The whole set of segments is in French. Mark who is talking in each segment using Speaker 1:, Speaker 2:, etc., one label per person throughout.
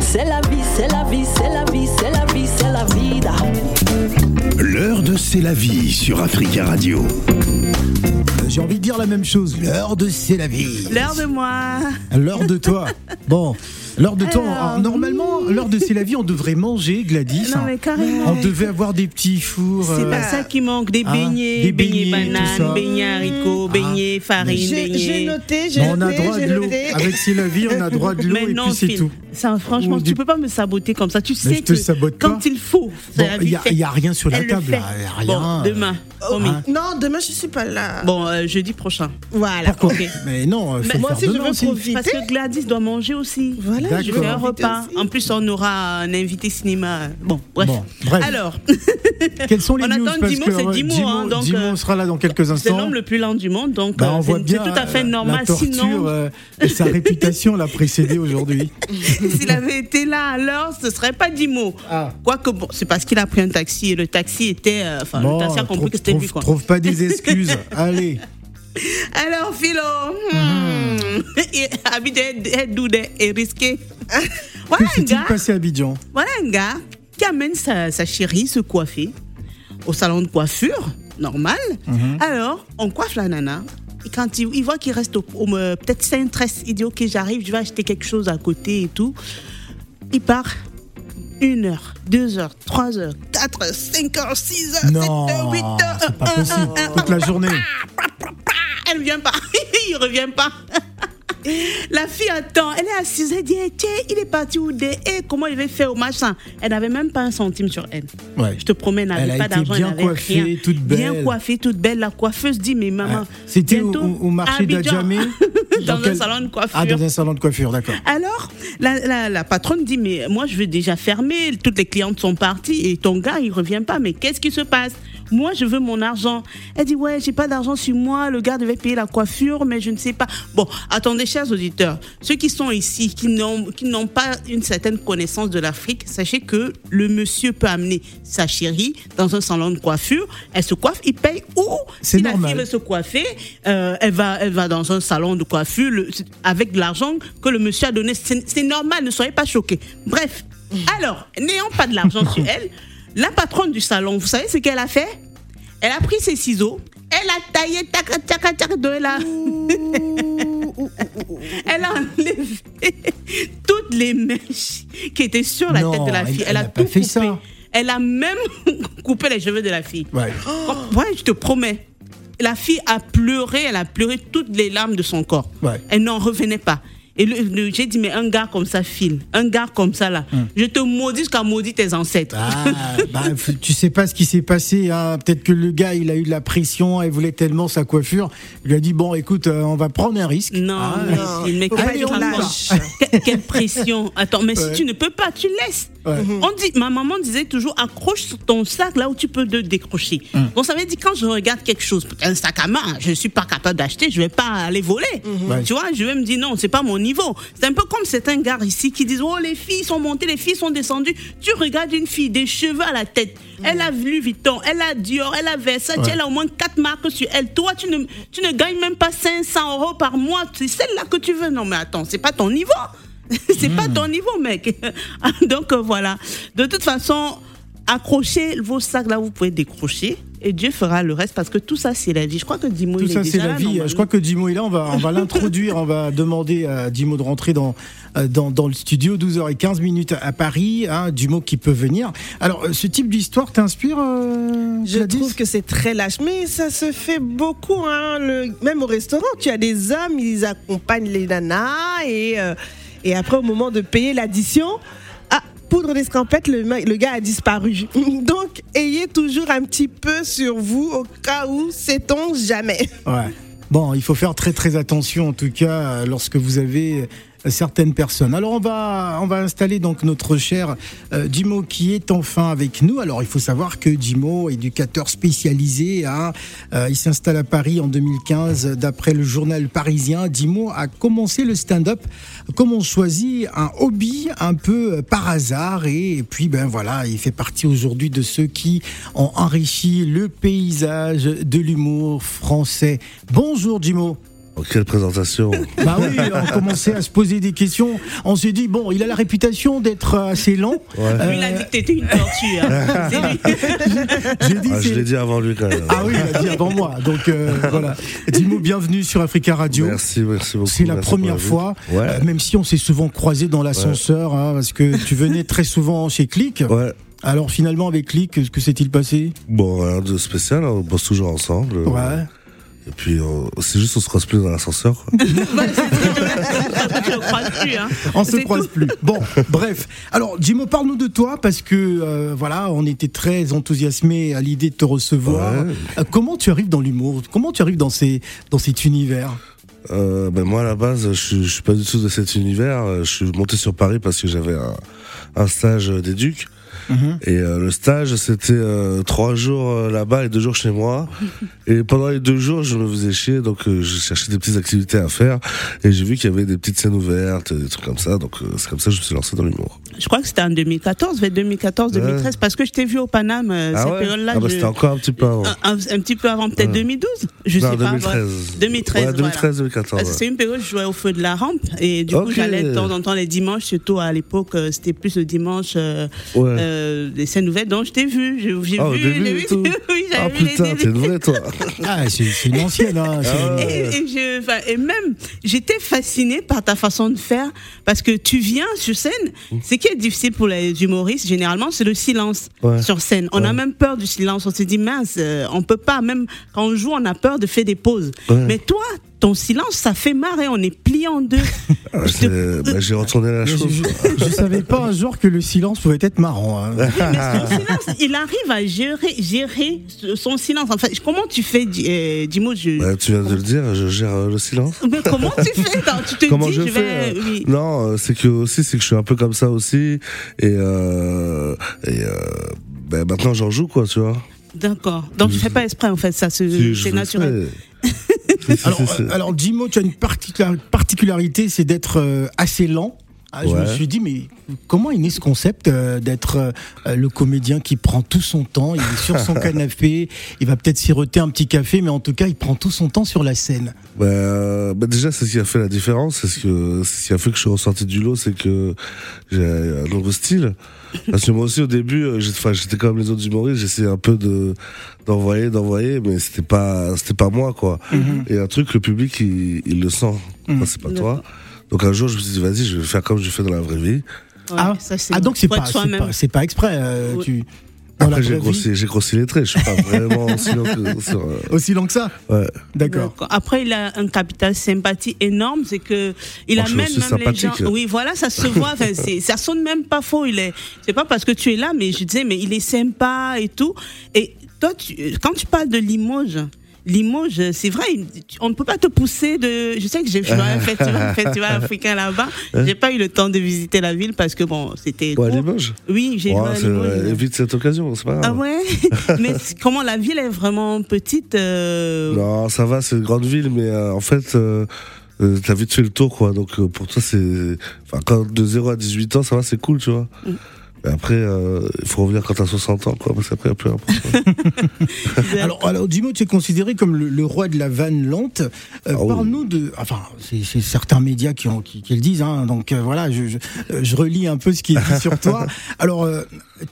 Speaker 1: C'est la vie, c'est la vie, c'est la vie, c'est la vie, c'est la vida.
Speaker 2: L'heure de C'est la vie sur Africa Radio.
Speaker 3: J'ai envie de dire la même chose. L'heure de c'est la vie.
Speaker 4: L'heure de moi.
Speaker 3: L'heure de toi. Bon, l'heure de toi. alors, normalement, l'heure de c'est la vie, on devrait manger, Gladys.
Speaker 4: Non, mais carrément.
Speaker 3: On devait avoir des petits fours.
Speaker 4: C'est
Speaker 3: euh,
Speaker 4: pas ça qui manque. Des
Speaker 3: Ah,
Speaker 4: beignets,
Speaker 3: des
Speaker 4: beignets,
Speaker 3: beignets, tout ça. Ah.
Speaker 4: bananes, beignets haricots, beignets farine,
Speaker 5: J'ai j'ai
Speaker 4: beignets.
Speaker 5: noté, j'ai
Speaker 3: non, on a
Speaker 5: noté,
Speaker 3: droit
Speaker 5: j'ai
Speaker 3: de l'eau.
Speaker 5: noté.
Speaker 3: Avec c'est la vie, on a droit de l'eau
Speaker 4: Mais
Speaker 3: et
Speaker 4: non,
Speaker 3: puis c'est
Speaker 4: Phil,
Speaker 3: tout.
Speaker 4: Ça, franchement,
Speaker 3: Ou
Speaker 4: tu
Speaker 3: du-
Speaker 4: peux pas me saboter comme ça. Tu sais
Speaker 3: je te
Speaker 4: que
Speaker 3: sabote
Speaker 4: quand
Speaker 3: pas.
Speaker 4: il faut,
Speaker 3: Bon,
Speaker 4: c'est la
Speaker 3: il
Speaker 4: vie
Speaker 3: n'y a,
Speaker 4: faite.
Speaker 3: il y a rien sur la
Speaker 4: Elle le
Speaker 3: table.
Speaker 4: fait.
Speaker 3: là. Il y a rien.
Speaker 4: Bon, demain, promis.
Speaker 3: hein.
Speaker 5: Non, demain je suis pas là.
Speaker 4: Bon, euh, jeudi prochain.
Speaker 5: Voilà.
Speaker 3: Pourquoi
Speaker 4: ok.
Speaker 3: Mais non, euh, faut
Speaker 4: Mais
Speaker 3: le
Speaker 4: moi
Speaker 3: faire
Speaker 5: aussi, je
Speaker 3: demain
Speaker 5: veux
Speaker 3: aussi.
Speaker 5: profiter.
Speaker 4: Parce que Gladys doit manger aussi.
Speaker 5: Voilà,
Speaker 4: Je
Speaker 3: D'accord.
Speaker 4: fais un
Speaker 5: vais
Speaker 4: repas.
Speaker 5: inviter aussi.
Speaker 4: En plus, on aura un invité cinéma. Bon, bref.
Speaker 3: Bon, bref.
Speaker 4: Alors,
Speaker 3: Quels sont les
Speaker 4: On
Speaker 3: news
Speaker 4: attend
Speaker 3: Parce
Speaker 4: Dimo,
Speaker 3: que,
Speaker 4: c'est
Speaker 3: euh,
Speaker 4: Dimo, hein, donc,
Speaker 3: Dimo,
Speaker 4: euh,
Speaker 3: on sera là dans quelques
Speaker 4: c'est
Speaker 3: instants.
Speaker 4: l'homme le plus lent du monde, donc
Speaker 3: Bah,
Speaker 4: euh,
Speaker 3: on voit
Speaker 4: c'est c'est
Speaker 3: bien
Speaker 4: tout à fait
Speaker 3: euh,
Speaker 4: normal.
Speaker 3: la torture
Speaker 4: Sinon, Bah,
Speaker 3: euh, et sa réputation l'a précédé aujourd'hui.
Speaker 4: S'il avait été là à l'heure, ce serait pas dix mots.
Speaker 3: Ah.
Speaker 4: Quoique, bon, c'est parce qu'il a pris un taxi et le taxi était. euh, Enfin,
Speaker 3: Bon,
Speaker 4: le taxi a
Speaker 3: trouve,
Speaker 4: compris que c'était lui,
Speaker 3: trouve-
Speaker 4: quoi.
Speaker 3: trouve pas des excuses. Allez,
Speaker 4: Alors, Philo, hmm,
Speaker 3: Mhm.
Speaker 4: il habite à Douda et risqué.
Speaker 3: que
Speaker 4: voilà un
Speaker 3: s'est-il
Speaker 4: gars,
Speaker 3: passé à Abidjan
Speaker 4: voilà un gars qui amène sa, sa chérie se coiffer au salon de coiffure, normal.
Speaker 3: Mhm.
Speaker 4: Alors, on coiffe la nana. Et quand il, il voit qu'il reste au- au- euh, peut-être 5 tresses, il dit Ok, j'arrive, je vais acheter quelque chose à côté et tout. Il part une heure, deux heures, trois heures, quatre heures, cinq heures, six heures,
Speaker 3: Non, ah,
Speaker 4: sept heures, Ah, huit heures.
Speaker 3: c'est pas
Speaker 4: un, un,
Speaker 3: possible.
Speaker 4: un, un,
Speaker 3: Toute la journée.
Speaker 4: elle ne vient pas. il revient pas. La fille attend, elle est assise, elle dit Eh, Tiens, il est parti où des eh, Comment il va faire au machin Elle n'avait même pas un centime sur elle.
Speaker 3: Ouais.
Speaker 4: Je te promets, elle
Speaker 3: Elle a
Speaker 4: n'avait pas
Speaker 3: été
Speaker 4: d'argent, elle
Speaker 3: bien
Speaker 4: n'avait
Speaker 3: coiffée,
Speaker 4: rien.
Speaker 3: toute
Speaker 4: Bien
Speaker 3: belle.
Speaker 4: coiffée, toute belle. La coiffeuse dit Mais maman,
Speaker 3: Ouais. C'était au,
Speaker 4: ah. bientôt,
Speaker 3: au- au marché
Speaker 4: Abidjan.
Speaker 3: d'Adjamé
Speaker 4: dans
Speaker 3: Dans quel-
Speaker 4: un salon de coiffure.
Speaker 3: Ah, dans un salon de coiffure, d'accord.
Speaker 4: Alors, la, la- la patronne dit, mais moi, je veux déjà fermer, toutes les clientes sont parties et ton gars, il revient pas, mais qu'est-ce qui se passe Moi, je veux mon argent. Elle dit, ouais, j'ai pas d'argent sur moi, le gars devait payer la coiffure, mais je ne sais pas. Bon, attendez, chers auditeurs, ceux qui sont ici, qui n'ont qui n'ont pas une certaine connaissance de l'Afrique, sachez que le monsieur peut amener sa chérie dans un salon de coiffure, elle se coiffe, il paye ou
Speaker 3: C'est
Speaker 4: si la
Speaker 3: normal.
Speaker 4: fille veut se coiffer, euh, elle, va, elle va dans un salon de coiffure le- avec de l'argent que le monsieur a donné. C'est c'est normal, ne soyez pas choqués. Bref, alors, n'ayant pas de l'argent sur elle, la patronne du salon, vous savez ce qu'elle a fait Elle a pris ses ciseaux, elle a taillé, tac, tac, tac, de là. Elle a enlevé toutes les mèches qui étaient sur la
Speaker 3: Non,
Speaker 4: tête de la
Speaker 3: elle-
Speaker 4: fille. Elle,
Speaker 3: elle
Speaker 4: a
Speaker 3: n'a
Speaker 4: tout
Speaker 3: pas fait
Speaker 4: coupé.
Speaker 3: ça.
Speaker 4: Elle a même coupé les cheveux de la fille.
Speaker 3: Ouais.
Speaker 4: Oh, ouais, je te promets. La fille a pleuré, elle a pleuré toutes les larmes de son corps.
Speaker 3: Ouais.
Speaker 4: Elle n'en revenait pas. Et le- le- j'ai dit, mais un gars comme ça, Phil, un gars comme ça, là, je te maudis jusqu'à maudit tes ancêtres.
Speaker 3: Hmm. Ah, bah, f- tu sais pas ce qui s'est passé. hein. Peut-être que le gars, il a eu de la pression, il voulait tellement sa coiffure. Il lui a dit Bon, écoute, euh, on va prendre un risque.
Speaker 4: Non,
Speaker 3: Ah,
Speaker 4: mais,
Speaker 5: non.
Speaker 4: Phil, mais
Speaker 5: Faut
Speaker 4: quelle
Speaker 5: pas dire
Speaker 4: pression.
Speaker 5: lâche.
Speaker 4: Que- Quelle pression. Attends, mais
Speaker 3: Ouais.
Speaker 4: si tu ne peux pas, tu laisses.
Speaker 3: Ouais.
Speaker 4: On dit, ma maman disait toujours, accroche sur ton sac là où tu peux te décrocher.
Speaker 3: Hmm.
Speaker 4: Donc ça veut dire quand je regarde quelque chose, un sac à main, je ne suis pas capable d'acheter, je vais pas aller voler.
Speaker 3: Ouais.
Speaker 4: Tu vois, je vais me dire non, c'est pas mon niveau. C'est un peu comme certains gars ici qui disent, oh les filles sont montées, les filles sont descendues. Tu regardes une fille des cheveux à la tête. Elle a Louis Vuitton, elle a Dior, elle a Versace,
Speaker 3: Ouais.
Speaker 4: elle a au moins quatre marques sur elle. Toi, tu ne, tu ne gagnes même pas 500 euros par mois. C'est celle-là que tu veux. Non, mais attends, c'est pas ton niveau. c'est pas
Speaker 3: Hmm.
Speaker 4: ton niveau, mec. Donc euh, voilà. De toute façon, accrochez vos sacs là, vous pouvez décrocher. Et Dieu fera le reste parce que tout ça, c'est la vie. Je crois que Dimo,
Speaker 3: Tout
Speaker 4: il
Speaker 3: ça,
Speaker 4: est
Speaker 3: c'est
Speaker 4: déjà
Speaker 3: la
Speaker 4: là,
Speaker 3: vie.
Speaker 4: normalement.
Speaker 3: Je crois que Dimo est là. On va, on va l'introduire. On va demander à Dimo de rentrer dans, euh, dans, dans le studio. 12h15 minutes à Paris. Hein, Dimo qui peut venir. Alors, euh, ce type d'histoire t'inspire euh,
Speaker 5: Je
Speaker 3: Gladys
Speaker 5: trouve que c'est très lâche, mais ça se fait beaucoup. Hein, le- même au restaurant, tu as des hommes, ils accompagnent les nanas et, euh, et après, au moment de payer l'addition, ah, poudre d'escampette, le, ma- le gars a disparu. Donc, ayez toujours un petit peu sur vous au cas où, sait-on jamais.
Speaker 3: Ouais. Bon, il faut faire très très attention en tout cas euh, lorsque vous avez euh, certaines personnes. Alors on va on va installer donc notre cher euh, Jimo qui est enfin avec nous. Alors il faut savoir que Jimo, éducateur spécialisé, hein, euh, il s'installe à Paris en 2015. D'après le journal parisien, Jimo a commencé le stand-up comme on choisit un hobby un peu euh, par hasard et, et puis ben voilà, il fait partie aujourd'hui de ceux qui ont enrichi le paysage de l'humour français. Bonjour Jimo.
Speaker 6: Oh, Quelle présentation
Speaker 3: Bah oui, on commençait à se poser des questions. On s'est dit, bon, il a la réputation d'être assez lent.
Speaker 4: Lui, il a dit que t'étais une tortue. hein. C'est lui.
Speaker 3: J'ai dit,
Speaker 6: Ah, Je
Speaker 3: c'est-
Speaker 6: l'ai dit avant lui quand même.
Speaker 3: Ah oui, il a dit avant moi. Donc euh, voilà. Dimo, bienvenue sur Africa Radio.
Speaker 6: Merci, merci beaucoup.
Speaker 3: C'est la
Speaker 6: merci pour
Speaker 3: première
Speaker 6: l'invite.
Speaker 3: fois,
Speaker 6: Ouais.
Speaker 3: euh, même si on s'est souvent croisé dans l'ascenseur, hein, parce que tu venais très souvent chez Click.
Speaker 6: Ouais.
Speaker 3: Alors finalement, avec Click, que que s'est-il passé
Speaker 6: Bon, rien de spécial, hein. on bosse toujours ensemble. euh,
Speaker 3: Ouais.
Speaker 6: Et puis, euh, c'est juste on se croise plus dans l'ascenseur. quoi.
Speaker 4: Je le crois plus. hein.
Speaker 3: On se
Speaker 4: C'est
Speaker 3: croise plus. Bon, bref. Alors, Jimo, parle-nous de toi parce que euh, voilà, on était très enthousiasmés à l'idée de te recevoir.
Speaker 6: Ouais.
Speaker 3: Euh, Comment tu arrives dans l'humour Comment tu arrives dans ces dans cet univers
Speaker 6: Euh, ben moi à la base, je, suis- je suis pas du tout de cet univers. Euh, Je suis monté sur Paris parce que j'avais un, un stage euh, d'éduc.
Speaker 4: Mm-hmm.
Speaker 6: Et euh, le stage, c'était euh, trois jours euh, là-bas et deux jours chez moi. Et pendant les deux jours, je me faisais chier, donc euh, je cherchais des petites activités à faire. Et j'ai vu qu'il y avait des petites scènes ouvertes, des trucs comme ça. Donc euh, c'est comme ça que je me suis lancé dans l'humour.
Speaker 4: Je crois que c'était en 2014, vers 2014-2013, parce que je t'ai vu au Paname euh, cette période-là.
Speaker 6: Ah bah,
Speaker 4: je-
Speaker 6: c'était encore un petit peu avant.
Speaker 4: un, un- un petit peu avant, peut-être 2012 Je
Speaker 6: Non,
Speaker 4: sais pas.
Speaker 6: 2013.
Speaker 4: voilà. 2013.
Speaker 6: Ouais, 2013, 2014.
Speaker 4: Parce que
Speaker 6: ouais.
Speaker 4: C'est une période où je jouais au feu de la rampe et du coup
Speaker 6: Ok.
Speaker 4: j'allais de temps en temps les dimanches, surtout à l'époque euh, c'était plus le dimanche euh,
Speaker 6: Ouais.
Speaker 4: euh, des scènes nouvelles dont je t'ai vu. J'ai j'ai
Speaker 6: Ah, au
Speaker 4: vu,
Speaker 6: début
Speaker 4: j'ai
Speaker 6: et
Speaker 4: vu-
Speaker 6: tout.
Speaker 4: oui, j'avais
Speaker 6: Ah
Speaker 4: vu les
Speaker 6: putain, t'es
Speaker 4: débuts.
Speaker 6: une vraie toi.
Speaker 3: Ah, c'est c'est une ancienne. hein, c'est-
Speaker 6: Ah ouais.
Speaker 4: Et, et je- enfin, et même, j'étais fascinée par ta façon de faire parce que tu viens sur scène.
Speaker 6: Mmh.
Speaker 4: Ce qui est difficile pour les humoristes, généralement, c'est le silence
Speaker 6: Ouais.
Speaker 4: sur scène. On a même peur du silence. On se dit, mince, euh, on peut pas. Même quand on joue, on a peur de faire des pauses.
Speaker 6: Ouais.
Speaker 4: Mais toi, ton silence, ça fait marrer. On est plié en deux.
Speaker 6: Ah,
Speaker 4: Je te-
Speaker 6: c'est- bah, J'ai retourné la
Speaker 3: Je,
Speaker 6: chose.
Speaker 3: je- je savais pas un jour que le silence pouvait être marrant. hein.
Speaker 4: Mais son silence, il arrive à gérer, gérer son silence. En fait, comment tu fais, Di- euh, Dimo je...
Speaker 6: Bah, tu viens de le dire, je gère euh, le silence.
Speaker 4: Mais comment tu fais quand tu te
Speaker 6: Comment
Speaker 4: dis,
Speaker 6: je,
Speaker 4: je,
Speaker 6: fais
Speaker 4: vais.
Speaker 6: euh,
Speaker 4: oui.
Speaker 6: Non, euh, c'est que aussi, c'est que je suis un peu comme ça aussi, et euh, et euh, ben, maintenant j'en joue quoi, tu vois.
Speaker 4: D'accord. Donc tu fais pas exprès en fait, ça se-
Speaker 6: Si, je
Speaker 4: c'est
Speaker 6: fais
Speaker 4: naturel.
Speaker 6: exprès. Si, si,
Speaker 3: Alors,
Speaker 6: si, si.
Speaker 3: euh, alors Jimo, tu as une particular- particularité, c'est d'être euh, assez lent. Ah, Je
Speaker 6: Ouais.
Speaker 3: me suis dit, mais comment est né ce concept euh, d'être euh, le comédien qui prend tout son temps, il est sur son canapé, il va peut-être siroter un petit café, mais en tout cas, il prend tout son temps sur la scène.
Speaker 6: Bah, euh, bah, déjà, c'est ce qui a fait la différence, c'est ce, que, c'est ce qui a fait que je suis ressorti du lot, c'est que j'ai un nouveau style. Parce que moi aussi, au début, euh, j'ai- enfin, j'étais comme les autres humoristes, j'essayais un peu de d'envoyer, d'envoyer, mais c'était pas, c'était pas moi, quoi.
Speaker 3: Mm-hmm.
Speaker 6: Et un truc, le public, il, il le sent. Enfin, c'est pas toi. Donc un jour, je me suis dit, vas-y, je vais faire comme je fais dans la vraie vie.
Speaker 4: Ouais,
Speaker 3: ah,
Speaker 4: ça,
Speaker 3: ah, donc c'est
Speaker 4: faut être
Speaker 3: pas, c'est
Speaker 4: soi-même.
Speaker 3: pas, c'est pas exprès. euh,
Speaker 4: Ouais.
Speaker 3: tu, dans la
Speaker 6: Après, j'ai
Speaker 3: vraie vie,
Speaker 6: grossi, j'ai grossi les traits, je suis pas vraiment aussi long que sur, euh,
Speaker 3: Aussi lent que ça
Speaker 6: ouais.
Speaker 3: D'accord.
Speaker 4: D'accord. Après, il a un capital sympathie énorme, c'est que il
Speaker 3: Oh,
Speaker 6: Franchement,
Speaker 4: amène
Speaker 6: c'est
Speaker 4: même les gens.
Speaker 6: sympathique.
Speaker 4: Oui, voilà, ça se voit. Enfin, c'est- ça sonne même pas faux. Il est. C'est pas parce que tu es là, mais je disais, mais il est sympa et tout. Et toi, tu- quand tu parles de Limoges. Limoges, c'est vrai, tu- on ne peut pas te pousser de. Je sais que j'ai joué à un festival, un festival africain là-bas. J'ai pas eu le temps de visiter la ville parce que bon, c'était. court.
Speaker 6: Ouais, Limoges.
Speaker 4: Oui, j'ai
Speaker 3: Oh,
Speaker 6: Ouais,
Speaker 4: joué à
Speaker 6: c'est-
Speaker 4: Limoges. euh.
Speaker 6: évite cette occasion, c'est pas
Speaker 4: Ah
Speaker 6: grave.
Speaker 4: ouais Mais c- comment la ville est vraiment petite euh,
Speaker 6: Non, ça va, c'est une grande ville, mais euh, en fait, euh, euh, t'as vite fait le tour, quoi. Donc euh, pour toi, c'est. Enfin, quand de 0 à 18 ans, ça va, c'est cool, tu vois. Mais après, euh, il faut revenir quand t'as 60 ans, quoi, parce qu'après, il y a plus important.
Speaker 4: bizarre.
Speaker 3: Alors, alors Jimo, tu es considéré comme le, le roi de la vanne lente. Euh,
Speaker 6: oui.
Speaker 3: Parle-nous de. Enfin, c'est c'est certains médias qui, ont, qui, qui le disent. hein. donc euh, voilà, je, je, euh, je relis un peu ce qui est dit sur toi. Alors, euh,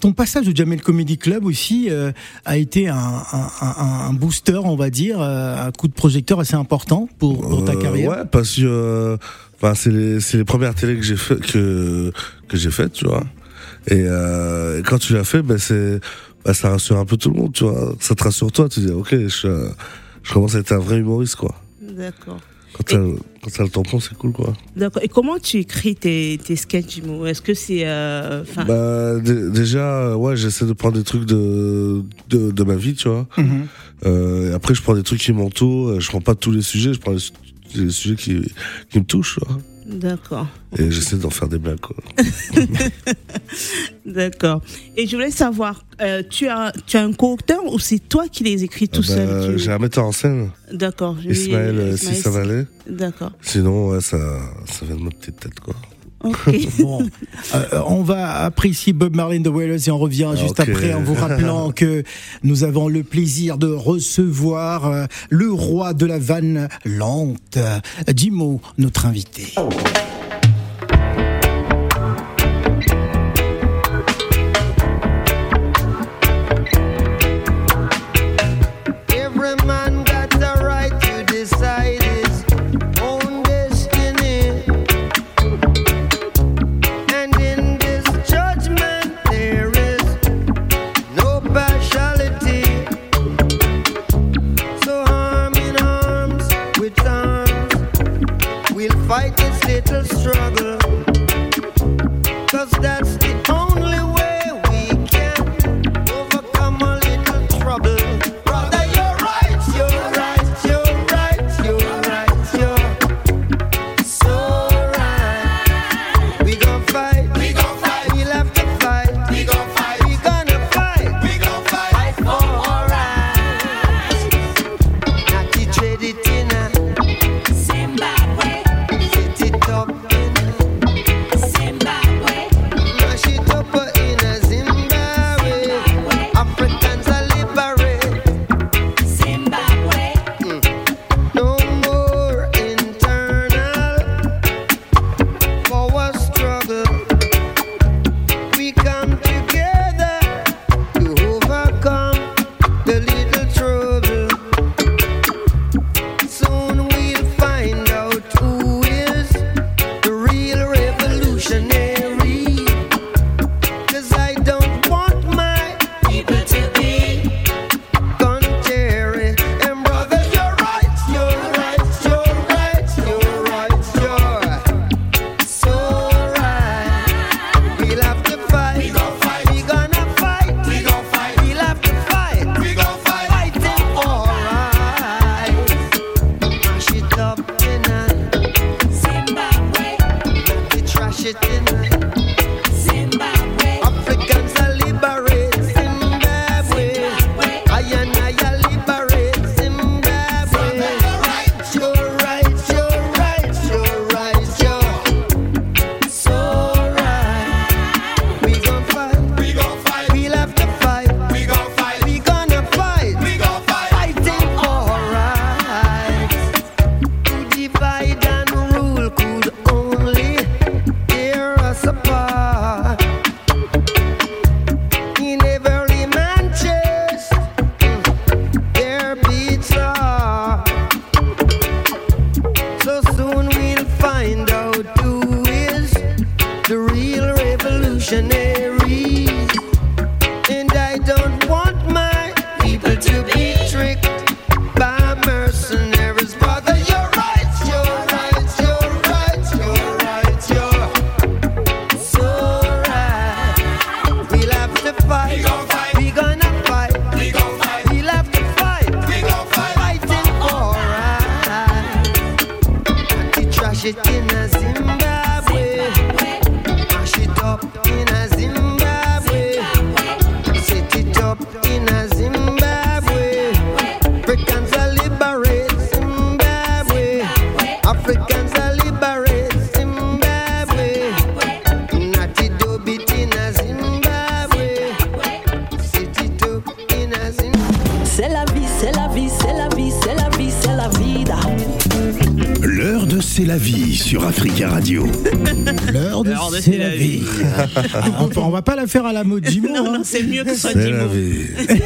Speaker 3: ton passage au Jamel Comedy Club aussi euh, a été un, un- un- un booster, on va dire, euh, un coup de projecteur assez important pour, pour ta
Speaker 6: Euh,
Speaker 3: carrière.
Speaker 6: Ouais, parce que euh, enfin, c'est les, c'est les premières télés que j'ai fait que que j'ai faites, tu vois. Et, euh, et quand tu l'as fait, ben c'est ben, ça rassure un peu tout le monde, tu vois. Ça te rassure toi, tu dis ok, je, suis un- je commence à être un vrai humoriste, quoi.
Speaker 4: D'accord.
Speaker 6: Quand t'as quand t'as le tampon, c'est cool, quoi.
Speaker 4: D'accord. Et comment tu écris tes, tes sketchs, Jimo Est-ce que c'est. euh, enfin,
Speaker 6: Bah, dé- déjà, euh, ouais, j'essaie de prendre des trucs de, de, de ma vie, tu vois.
Speaker 4: Mhm.
Speaker 6: Euh, et après, je prends des trucs qui m'entourent. euh, Je prends pas tous les sujets, je prends les, su- les sujets qui, qui me touchent. tu vois.
Speaker 4: D'accord.
Speaker 6: Et j'essaie d'en faire des blagues, quoi.
Speaker 4: D'accord. Et je voulais savoir, euh, tu, as, tu as un co-auteur ou c'est toi qui les écris tout
Speaker 6: Ah bah,
Speaker 4: seul tu-
Speaker 6: J'ai un metteur en scène,
Speaker 4: D'accord. je vais-
Speaker 6: Ismaël, euh, si
Speaker 4: Ismaël,
Speaker 6: ça valait.
Speaker 4: D'accord.
Speaker 6: Sinon, ouais, ça, ça vient de ma petite tête, quoi.
Speaker 4: Ok.
Speaker 3: Bon, euh, on va apprécier Bob Marley and the Wailers et on revient juste
Speaker 6: Ah, ok.
Speaker 3: après en vous rappelant que nous avons le plaisir de recevoir euh, le roi de la vanne lente, euh, Jimo, notre invité.
Speaker 7: Every man got the right to decide his own destiny. And in this judgment, there is no partiality. So arm in arms with arms, we'll fight this little struggle. Cause that's the only way we can overcome a little trouble. Brother, you're right, you're right, you're right, you're right, you're so right. We gon' fight, we gon' fight, we'll have to fight, we gon' fight, we gonna fight, we gon' fight, fight for our rights. Not to trade it in a
Speaker 8: Zimbabwe,
Speaker 7: set it up in a
Speaker 8: Zimbabwe,
Speaker 7: mash it up in a Zimbabwe. Africans are liberate.
Speaker 8: Zimbabwe,
Speaker 7: No more internal power struggle. We come together to overcome the little trouble. Soon we'll find out who is the real revolutionary. 'Cause I don't want my
Speaker 8: people to be.
Speaker 7: Contrary and brother, you're right, you're right, you're right, you're right, you're so right. We'll have to fight, we gon' fight, we gonna fight, we gon' fight, we'll have to fight, we gon' fight, fighting for right. Mash it up tonight,
Speaker 8: Zimbabwe,
Speaker 7: we trash it tonight.
Speaker 8: Zimbabwe,
Speaker 7: Africans are liberate Zimbabwe.
Speaker 8: Zimbabwe,
Speaker 7: I and I are liberate Zimbabwe. You're right, you're right, you're right, you're so right. We gon' fight, we gon' fight, we'll have to fight, we gon' fight, we gonna fight, we gon' fight, fighting for right. To divide and rule could only tear us apart. In every man chest, there beats a heart. So soon we'll find out who is the real revolutionary. And I don't want my people to be tricked by mercenaries. Brother, you're right, you're right, you're right, you're right, you're so right. We'll have to fight. We gon' fight. We gonna fight. We gon' fight. We'll have to fight. We gon' fight. Fighting alright. Anti trash it in a Zimbabwe. Mash it up in a Zimbabwe. Set it up in a Zimbabwe. Africans are liberate Zimbabwe. Africans are liberate Zimbabwe. Natty Dobit in a Zimbabwe. City to in a Zimbabwe.
Speaker 1: C'est la vie, c'est la vie, c'est la vie, c'est la vie, c'est la vida.
Speaker 2: L'heure de C'est la vie sur Africa Radio.
Speaker 3: L'heure de
Speaker 9: L'heure de
Speaker 3: c'est
Speaker 9: c'est
Speaker 3: la
Speaker 9: la
Speaker 3: vie. Ah, on, peut- on va pas la faire à la mode Jimo.
Speaker 4: Non,
Speaker 3: hein.
Speaker 4: non, c'est mieux que ce soit
Speaker 6: C'est la
Speaker 4: Jimo.
Speaker 6: vie.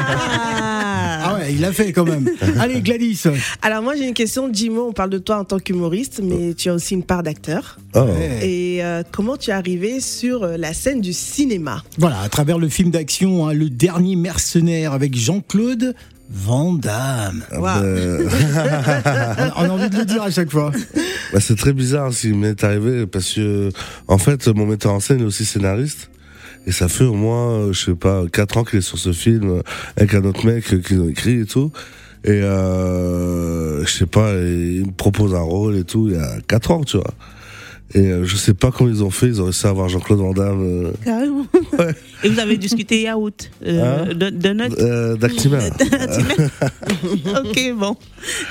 Speaker 3: Ah ouais, il l'a fait quand même. Allez Gladys.
Speaker 5: Alors moi j'ai une question, Jimo, on parle de toi en tant qu'humoriste, mais tu as aussi une part d'acteur.
Speaker 6: Oh.
Speaker 3: Ouais.
Speaker 5: Et euh, comment tu es arrivé sur euh, la scène du cinéma
Speaker 3: Voilà, à travers le film d'action, hein, le dernier mercenaire avec Jean-Claude Van Damme.
Speaker 5: Waouh.
Speaker 6: Euh,
Speaker 3: On a envie de le dire à chaque fois.
Speaker 6: bah, c'est très bizarre ce qui m'est arrivé parce que, en fait, mon metteur en scène est aussi scénariste. Et ça fait au moins, euh, je sais pas, 4 ans qu'il est sur ce film euh, avec un autre mec euh, qui l'a écrit et tout. Et euh, je sais pas, il me propose un rôle et tout il y a 4 ans, tu vois. Et euh, je sais pas comment ils ont fait, ils ont réussi à avoir Jean-Claude Van Damme, euh,
Speaker 4: Carrément.
Speaker 6: Ouais.
Speaker 4: Et vous avez discuté yaourt, euh,
Speaker 6: Hein
Speaker 4: de donut.
Speaker 6: euh, Dactymer.
Speaker 4: ok, bon.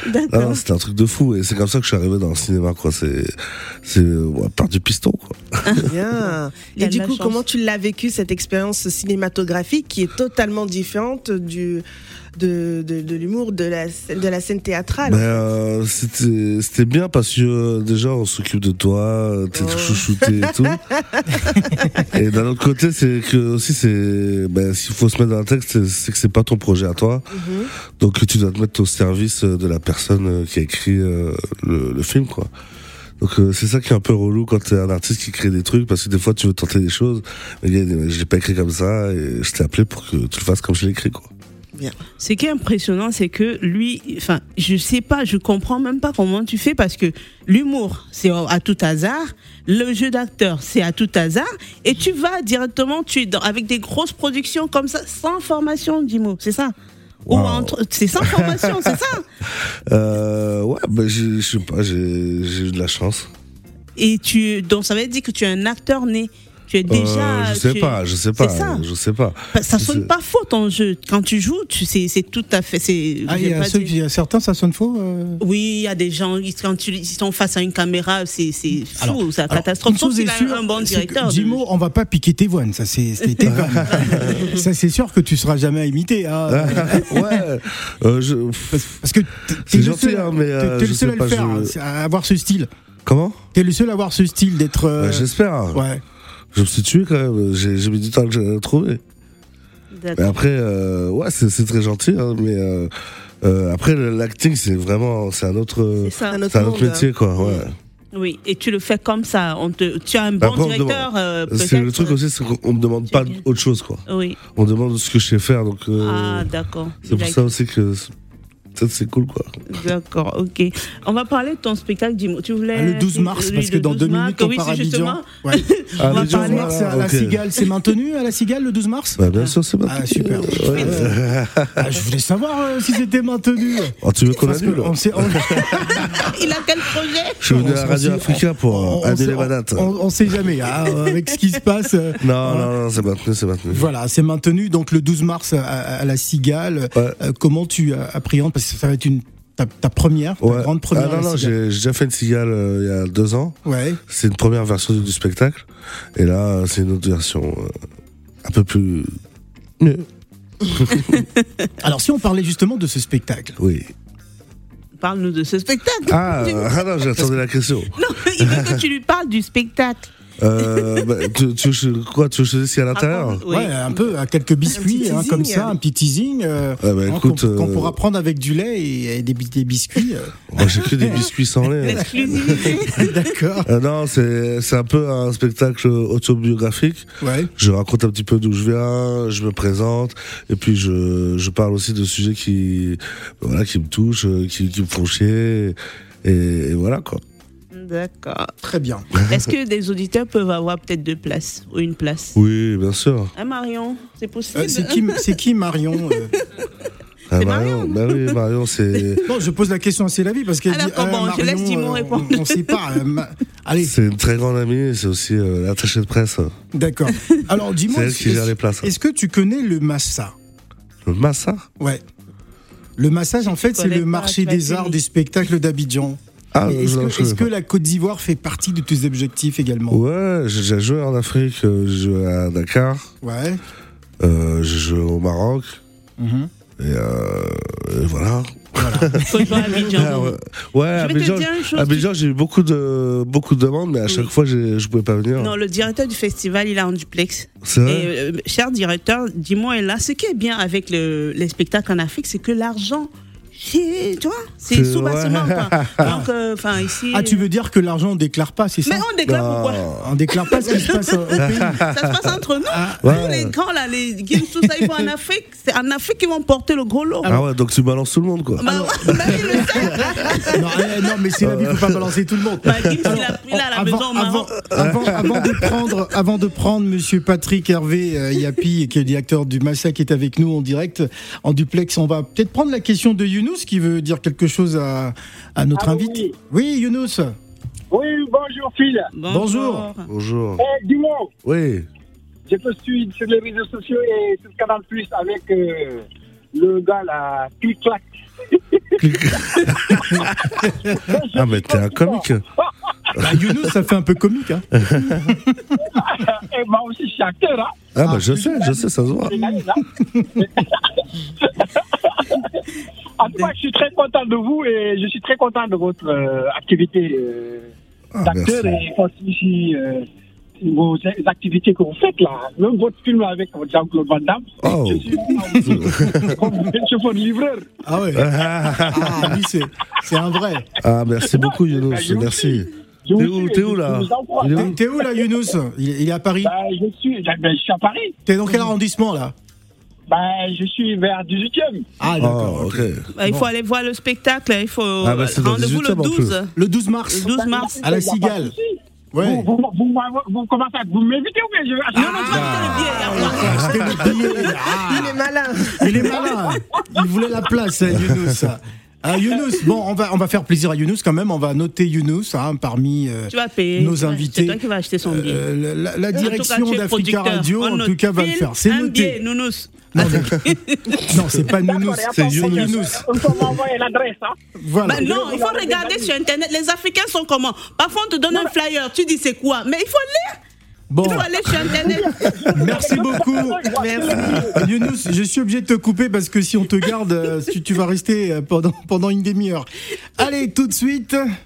Speaker 6: Ah
Speaker 4: D'accord.
Speaker 6: non, c'était un truc de fou et c'est comme ça que je suis arrivé dans le cinéma quoi. C'est c'est euh, ouais, par du piston quoi.
Speaker 5: Bien.
Speaker 4: Il a
Speaker 5: Et
Speaker 4: de
Speaker 5: du
Speaker 4: la
Speaker 5: coup,
Speaker 4: chance.
Speaker 5: comment tu l'as vécu cette expérience cinématographique qui est totalement différente du de, de, de l'humour de la scè- de la scène théâtrale
Speaker 4: Bah,
Speaker 6: Mais euh, c'était c'était bien parce que euh, déjà on s'occupe de toi, euh, t'es chouchouté et tout. et d'un autre côté, c'est que aussi c'est ben s'il faut se mettre dans un texte, c'est- c'est que c'est pas ton projet à toi. Donc tu dois te mettre au service euh, de la personne euh, qui a écrit euh, le, le film quoi. Donc euh, c'est ça qui est un peu relou quand t'es un artiste qui crée des trucs parce que des fois tu veux tenter des choses mais il y a des- je l'ai pas écrit comme ça et je t'ai appelé pour que tu le fasses comme je l'ai écrit quoi.
Speaker 4: Ce qui est impressionnant, c'est que lui, enfin, je sais pas, je comprends même pas comment tu fais parce que l'humour, c'est à tout hasard, le jeu d'acteur, c'est à tout hasard, et tu vas directement, tu es dans- avec des grosses productions comme ça, sans formation, Dimo, c'est ça Ou
Speaker 6: Wow.
Speaker 4: entre, c'est sans formation, c'est ça
Speaker 6: Euh, ouais ben je je sais pas j'ai j'ai eu de la chance.
Speaker 4: Et tu, donc ça veut dire que tu es un acteur né. Tu es déjà.
Speaker 6: Euh, je sais
Speaker 4: tu-
Speaker 6: pas, je sais
Speaker 4: c'est
Speaker 6: pas,
Speaker 4: ça. Bah,
Speaker 6: je sais pas.
Speaker 4: Ça
Speaker 6: Je-
Speaker 4: sonne pas faux ton jeu. Quand tu joues, tu sais, c'est tout à fait. c'est-
Speaker 3: Ah,
Speaker 4: je
Speaker 3: il y,
Speaker 4: vais
Speaker 3: a
Speaker 4: pas
Speaker 3: ceux
Speaker 4: dire-
Speaker 3: qui- il y a certains, ça sonne faux. euh.
Speaker 4: Oui, il y a des gens, ils- quand tu- ils sont face à une caméra, c'est c'est fou, c'est la
Speaker 3: alors,
Speaker 4: catastrophe.
Speaker 3: une
Speaker 4: Sauf
Speaker 3: chose
Speaker 4: s'il
Speaker 3: est
Speaker 4: a
Speaker 3: sûre,
Speaker 4: un bon
Speaker 3: c'est que,
Speaker 4: directeur.
Speaker 3: Jimo, on va pas piquer tes voines, ça c'est c'était pas- ça c'est sûr que tu seras jamais imité. hein.
Speaker 6: ouais, euh, je, pff,
Speaker 3: Parce- Parce que t'es-
Speaker 6: C'est
Speaker 3: t'es le
Speaker 6: gentil,
Speaker 3: seul,
Speaker 6: hein, mais,
Speaker 3: t'es-
Speaker 6: euh,
Speaker 3: t'es le
Speaker 6: je
Speaker 3: seul
Speaker 6: sais
Speaker 3: à
Speaker 6: pas,
Speaker 3: le faire,
Speaker 6: je-
Speaker 3: hein, à avoir ce style.
Speaker 6: comment
Speaker 3: T'es le seul à avoir ce style d'être. euh,
Speaker 6: Ouais, J'espère. hein.
Speaker 3: ouais.
Speaker 6: Je me suis tué quand même. J'ai j'ai mis du temps à le trouver. Mais
Speaker 4: D'accord.
Speaker 6: après, euh, ouais, c'est c'est très gentil, hein, mais euh, euh, après le- l'acting, c'est vraiment, c'est un autre, euh,
Speaker 4: C'est ça.
Speaker 5: Un
Speaker 6: c'est un
Speaker 5: monde, hein.
Speaker 6: autre métier, quoi. Ouais.
Speaker 4: Oui, et tu le fais comme ça. On te, tu as un
Speaker 3: Bah,
Speaker 4: bon
Speaker 6: Après, on me
Speaker 4: directeur, euh,
Speaker 6: Parce que le
Speaker 4: peut-être.
Speaker 6: truc aussi, c'est qu'on on me demande pas
Speaker 4: bien.
Speaker 6: autre chose, quoi.
Speaker 4: Oui.
Speaker 6: On me demande ce que je sais faire, donc euh,
Speaker 4: Ah, d'accord.
Speaker 6: c'est pour ça aussi que c'est- peut-être c'est cool, quoi.
Speaker 4: D'accord, ok. On va parler de ton spectacle, Jimo. Tu voulais.
Speaker 3: Ah, le 12 mars,
Speaker 4: Oui,
Speaker 3: parce
Speaker 4: le
Speaker 3: que dans
Speaker 4: 12
Speaker 3: deux
Speaker 4: mars.
Speaker 3: minutes, on
Speaker 4: Oui,
Speaker 3: part à
Speaker 4: c'est justement.
Speaker 3: Abidjan. Ouais.
Speaker 6: Ah,
Speaker 3: On va
Speaker 6: mais Dieu,
Speaker 3: parler de mars
Speaker 6: voilà,
Speaker 3: à la
Speaker 6: ok.
Speaker 3: Cigale. C'est maintenu à la Cigale le 12 mars
Speaker 6: Bah, bien sûr, c'est pas
Speaker 3: Ah, super. Ah, Je voulais savoir euh, si c'était maintenu.
Speaker 6: Oh, tu veux qu'on
Speaker 3: Parce que
Speaker 6: annule
Speaker 3: on s'est- on-
Speaker 4: Il a quel projet
Speaker 6: Je suis venu à
Speaker 3: on-
Speaker 6: la
Speaker 3: on
Speaker 6: Radio
Speaker 3: s'est-
Speaker 6: Africa
Speaker 3: on-
Speaker 6: pour
Speaker 3: on
Speaker 6: euh, annuler
Speaker 3: s'est-
Speaker 6: ma date.
Speaker 3: On, on sait jamais hein, avec ce qui se passe. euh,
Speaker 6: Non, non, non, c'est maintenu, c'est maintenu.
Speaker 3: Voilà, c'est maintenu donc le 12 mars à, à- à la Cigale.
Speaker 6: Ouais.
Speaker 3: Euh, comment tu euh, appréhendes parce que ça va être une ta, ta première, ta
Speaker 6: Ouais.
Speaker 3: grande première.
Speaker 6: Ah non,
Speaker 3: à la
Speaker 6: non,
Speaker 3: Cigale.
Speaker 6: j'ai j'ai déjà fait une cigale euh, il y a deux ans.
Speaker 3: Ouais.
Speaker 6: C'est une première version du, du spectacle. Et là, euh, c'est une autre version euh, un peu plus. mieux.
Speaker 3: Alors si on parlait justement de ce spectacle.
Speaker 6: Oui.
Speaker 4: Parle-nous de ce spectacle.
Speaker 6: Ah, ah non, j'ai attendu la question.
Speaker 4: Non, il veut que tu lui parles du spectacle.
Speaker 6: Euh, bah, tu, tu veux que je- quoi, tu veux que je te dise ce qu'il y a à l'intérieur
Speaker 4: Raconte- oui.
Speaker 3: Ouais, un peu, à quelques biscuits,
Speaker 5: petit
Speaker 3: hein,
Speaker 5: teasing.
Speaker 3: comme ça, un petit teasing. euh,
Speaker 6: Ah bah,
Speaker 3: hein,
Speaker 6: écoute,
Speaker 3: qu'on, qu'on
Speaker 6: euh,
Speaker 3: pourra prendre avec du lait et, et des, bi- des biscuits. euh.
Speaker 6: Moi, j'ai que des biscuits sans lait. hein.
Speaker 4: L'exclusivité.
Speaker 3: D'accord.
Speaker 6: Euh, non, c'est c'est un peu un spectacle autobiographique.
Speaker 3: Ouais.
Speaker 6: je raconte un petit peu d'où je viens, je me présente, et puis je, je parle aussi de sujets qui, voilà, qui me touchent, euh, qui, qui me font chier, et, et voilà quoi.
Speaker 4: D'accord.
Speaker 3: Très bien.
Speaker 4: Est-ce que des auditeurs peuvent avoir peut-être deux places ou une place
Speaker 6: Oui, bien sûr.
Speaker 4: Hein, Marion C'est possible
Speaker 3: Euh, c'est, qui, c'est qui Marion euh
Speaker 6: Ah,
Speaker 4: C'est
Speaker 6: Marion, bah oui, Marion, c'est
Speaker 3: Non, je pose la question à C'est la vie parce qu'elle
Speaker 4: Ah,
Speaker 3: dit.
Speaker 4: d'accord, bon, je laisse
Speaker 3: euh,
Speaker 4: Dimon
Speaker 3: on-
Speaker 4: répondre.
Speaker 3: On ne sait pas. euh, ma- Allez,
Speaker 6: c'est une très grande amie, et c'est aussi euh, l'attachée de presse.
Speaker 3: d'accord. Alors,
Speaker 6: C'est
Speaker 3: dis-moi,
Speaker 6: elle qui gère les places.
Speaker 3: est-ce que tu connais le Massa
Speaker 6: Le massa
Speaker 3: Ouais. Le massage, en fait, c'est
Speaker 4: connais
Speaker 3: le
Speaker 4: pas,
Speaker 3: marché
Speaker 4: tu as
Speaker 3: des
Speaker 4: dit.
Speaker 3: arts du spectacle d'Abidjan.
Speaker 6: Ah,
Speaker 3: Mais Est-ce
Speaker 6: je-
Speaker 3: que,
Speaker 6: je-
Speaker 3: est-ce que la Côte d'Ivoire fait partie de tes objectifs également
Speaker 6: Ouais, j'ai déjà joué en Afrique, euh, j'ai joué à Dakar,
Speaker 3: Ouais.
Speaker 6: euh, j'ai joué au Maroc,
Speaker 3: Mhm.
Speaker 6: et, euh, et voilà.
Speaker 4: Faut jouer à Abidjan.
Speaker 6: Ah, ouais, ouais
Speaker 4: Je vais te
Speaker 6: Abidjan,
Speaker 4: dire une chose.
Speaker 6: Abidjan, j'ai eu beaucoup de, beaucoup de demandes, mais à chaque fois, j'ai- je pouvais pas venir.
Speaker 4: Non, le directeur du festival, il est en duplex.
Speaker 6: C'est vrai
Speaker 4: Et, euh, cher directeur, dis-moi, et là, ce qui est bien avec le- les spectacles en Afrique, c'est que l'argent, c'est- tu vois, c'est
Speaker 6: C'est-
Speaker 4: sous bassement.
Speaker 6: ouais.
Speaker 4: quoi. Donc, euh, enfin, ici.
Speaker 3: Ah, tu veux dire que l'argent, on déclare pas, c'est ça
Speaker 4: Mais on déclare
Speaker 6: Non.
Speaker 4: pourquoi
Speaker 3: On déclare pas ce qui se passe au pays.
Speaker 4: ça se passe entre nous.
Speaker 3: Ah.
Speaker 6: Ouais.
Speaker 4: Nous, les grands, là, les games, tout ça, ils vont en Afrique. C'est en Afrique qu'ils vont porter le gros lot.
Speaker 6: Ah ouais, donc tu balances tout le monde, quoi.
Speaker 4: Bah, ouais, bah, il le sait.
Speaker 3: Non, eh, non, mais c'est la vie, faut pas balancer tout le monde.
Speaker 4: Bah, Gims, il a pris là, à la maison au
Speaker 3: Avant, avant,
Speaker 4: Maroc.
Speaker 6: Euh.
Speaker 3: avant- avant de prendre, avant de prendre Monsieur Patrick Hervé euh, Yapi, qui est le directeur du Massa, qui est avec nous en direct, en duplex, on va peut-être prendre la question de Younous, qui veut dire quelque chose à, à notre invité. Oui, Younous.
Speaker 9: Ah Oui, bonjour Phil.
Speaker 3: Bonjour.
Speaker 6: Bonjour.
Speaker 9: Eh, dis-moi,
Speaker 6: Oui.
Speaker 9: je te suis sur les réseaux sociaux et sur Canal Plus avec euh, le gars là, Clic-Clac.
Speaker 6: Ah, mais t'es un comique.
Speaker 3: Bah, Younous, ça fait un peu comique. Hein.
Speaker 9: Eh, moi aussi, je suis acteur, hein.
Speaker 6: Ah, bah, je sais, je sais, ça se voit.
Speaker 9: C'est la vie, hein. en tout cas, je suis très content de vous et je suis très content de votre euh, activité euh,
Speaker 6: Ah,
Speaker 9: d'acteur
Speaker 6: merci.
Speaker 9: et aussi euh, vos activités que vous faites là. Même votre film avec Jean-Claude Van Damme.
Speaker 6: Oh.
Speaker 9: Je suis chauffeur de livreur.
Speaker 3: Ah ouais. Ah, lui, c'est c'est un vrai.
Speaker 6: Ah, merci beaucoup, Younous. Merci.
Speaker 9: Je vous
Speaker 6: T'es où-
Speaker 9: suis-
Speaker 6: t'es où,
Speaker 9: je
Speaker 6: là
Speaker 9: vous
Speaker 6: Il
Speaker 9: encourage.
Speaker 6: est où
Speaker 3: T'es- T'es où là, Younous il, il est à Paris.
Speaker 9: Bah, je, suis, ben, je suis à Paris.
Speaker 3: T'es dans quel arrondissement là
Speaker 9: Bah, je suis vers 18e.
Speaker 3: Ah, d'accord.
Speaker 6: Oh, ok.
Speaker 4: Bah, il faut aller voir le spectacle. Il faut
Speaker 6: Ah, bah, c'est dans
Speaker 4: rendez-vous
Speaker 6: 18e
Speaker 4: le
Speaker 6: en plus.
Speaker 4: 12.
Speaker 3: Le 12 mars.
Speaker 4: Le 12 mars.
Speaker 3: À la
Speaker 9: Il y a pas de
Speaker 3: cigale.
Speaker 9: souci.
Speaker 3: Ouais.
Speaker 9: Vous, vous, vous, m'avez- vous commencez à vous m'inviter ou bien je vais acheter
Speaker 4: Non, non, tu vas acheter le billet.
Speaker 3: Ah.
Speaker 4: après.
Speaker 3: Acheter le billet. Ah,
Speaker 5: Il est malin.
Speaker 3: il est malin. Il voulait la place, hein, Younous. Ah, Younous, bon, on va, on va faire plaisir à Younous quand même. On va noter Younous hein, parmi euh,
Speaker 4: Tu vas payer.
Speaker 3: Nos
Speaker 4: Tu vas-
Speaker 3: invités,
Speaker 4: C'est toi qui vas acheter son billet.
Speaker 3: euh, la, la- la
Speaker 4: En tout cas, tu
Speaker 3: direction
Speaker 4: es
Speaker 3: d'Africa
Speaker 4: producteur.
Speaker 3: Radio,
Speaker 4: On
Speaker 3: en
Speaker 4: note
Speaker 3: tout cas, va le
Speaker 4: pile
Speaker 3: faire. C'est
Speaker 4: un
Speaker 3: noté. Ah.
Speaker 4: billet, nounours.
Speaker 3: Non, mais- non, c'est pas Younous, c'est Younous.
Speaker 9: On peut m'envoyer l'adresse. Hein.
Speaker 3: Voilà.
Speaker 4: Bah non, il faut regarder sur Internet. Les Africains sont comment Parfois, on te donne un flyer, tu dis c'est quoi Mais il faut lire.
Speaker 3: Bon,
Speaker 4: Il faut aller sur Internet.
Speaker 3: merci beaucoup. Euh, Younous, je suis obligé de te couper parce que si on te garde, euh, tu, tu vas rester euh, pendant, pendant une demi-heure. Allez, tout de suite,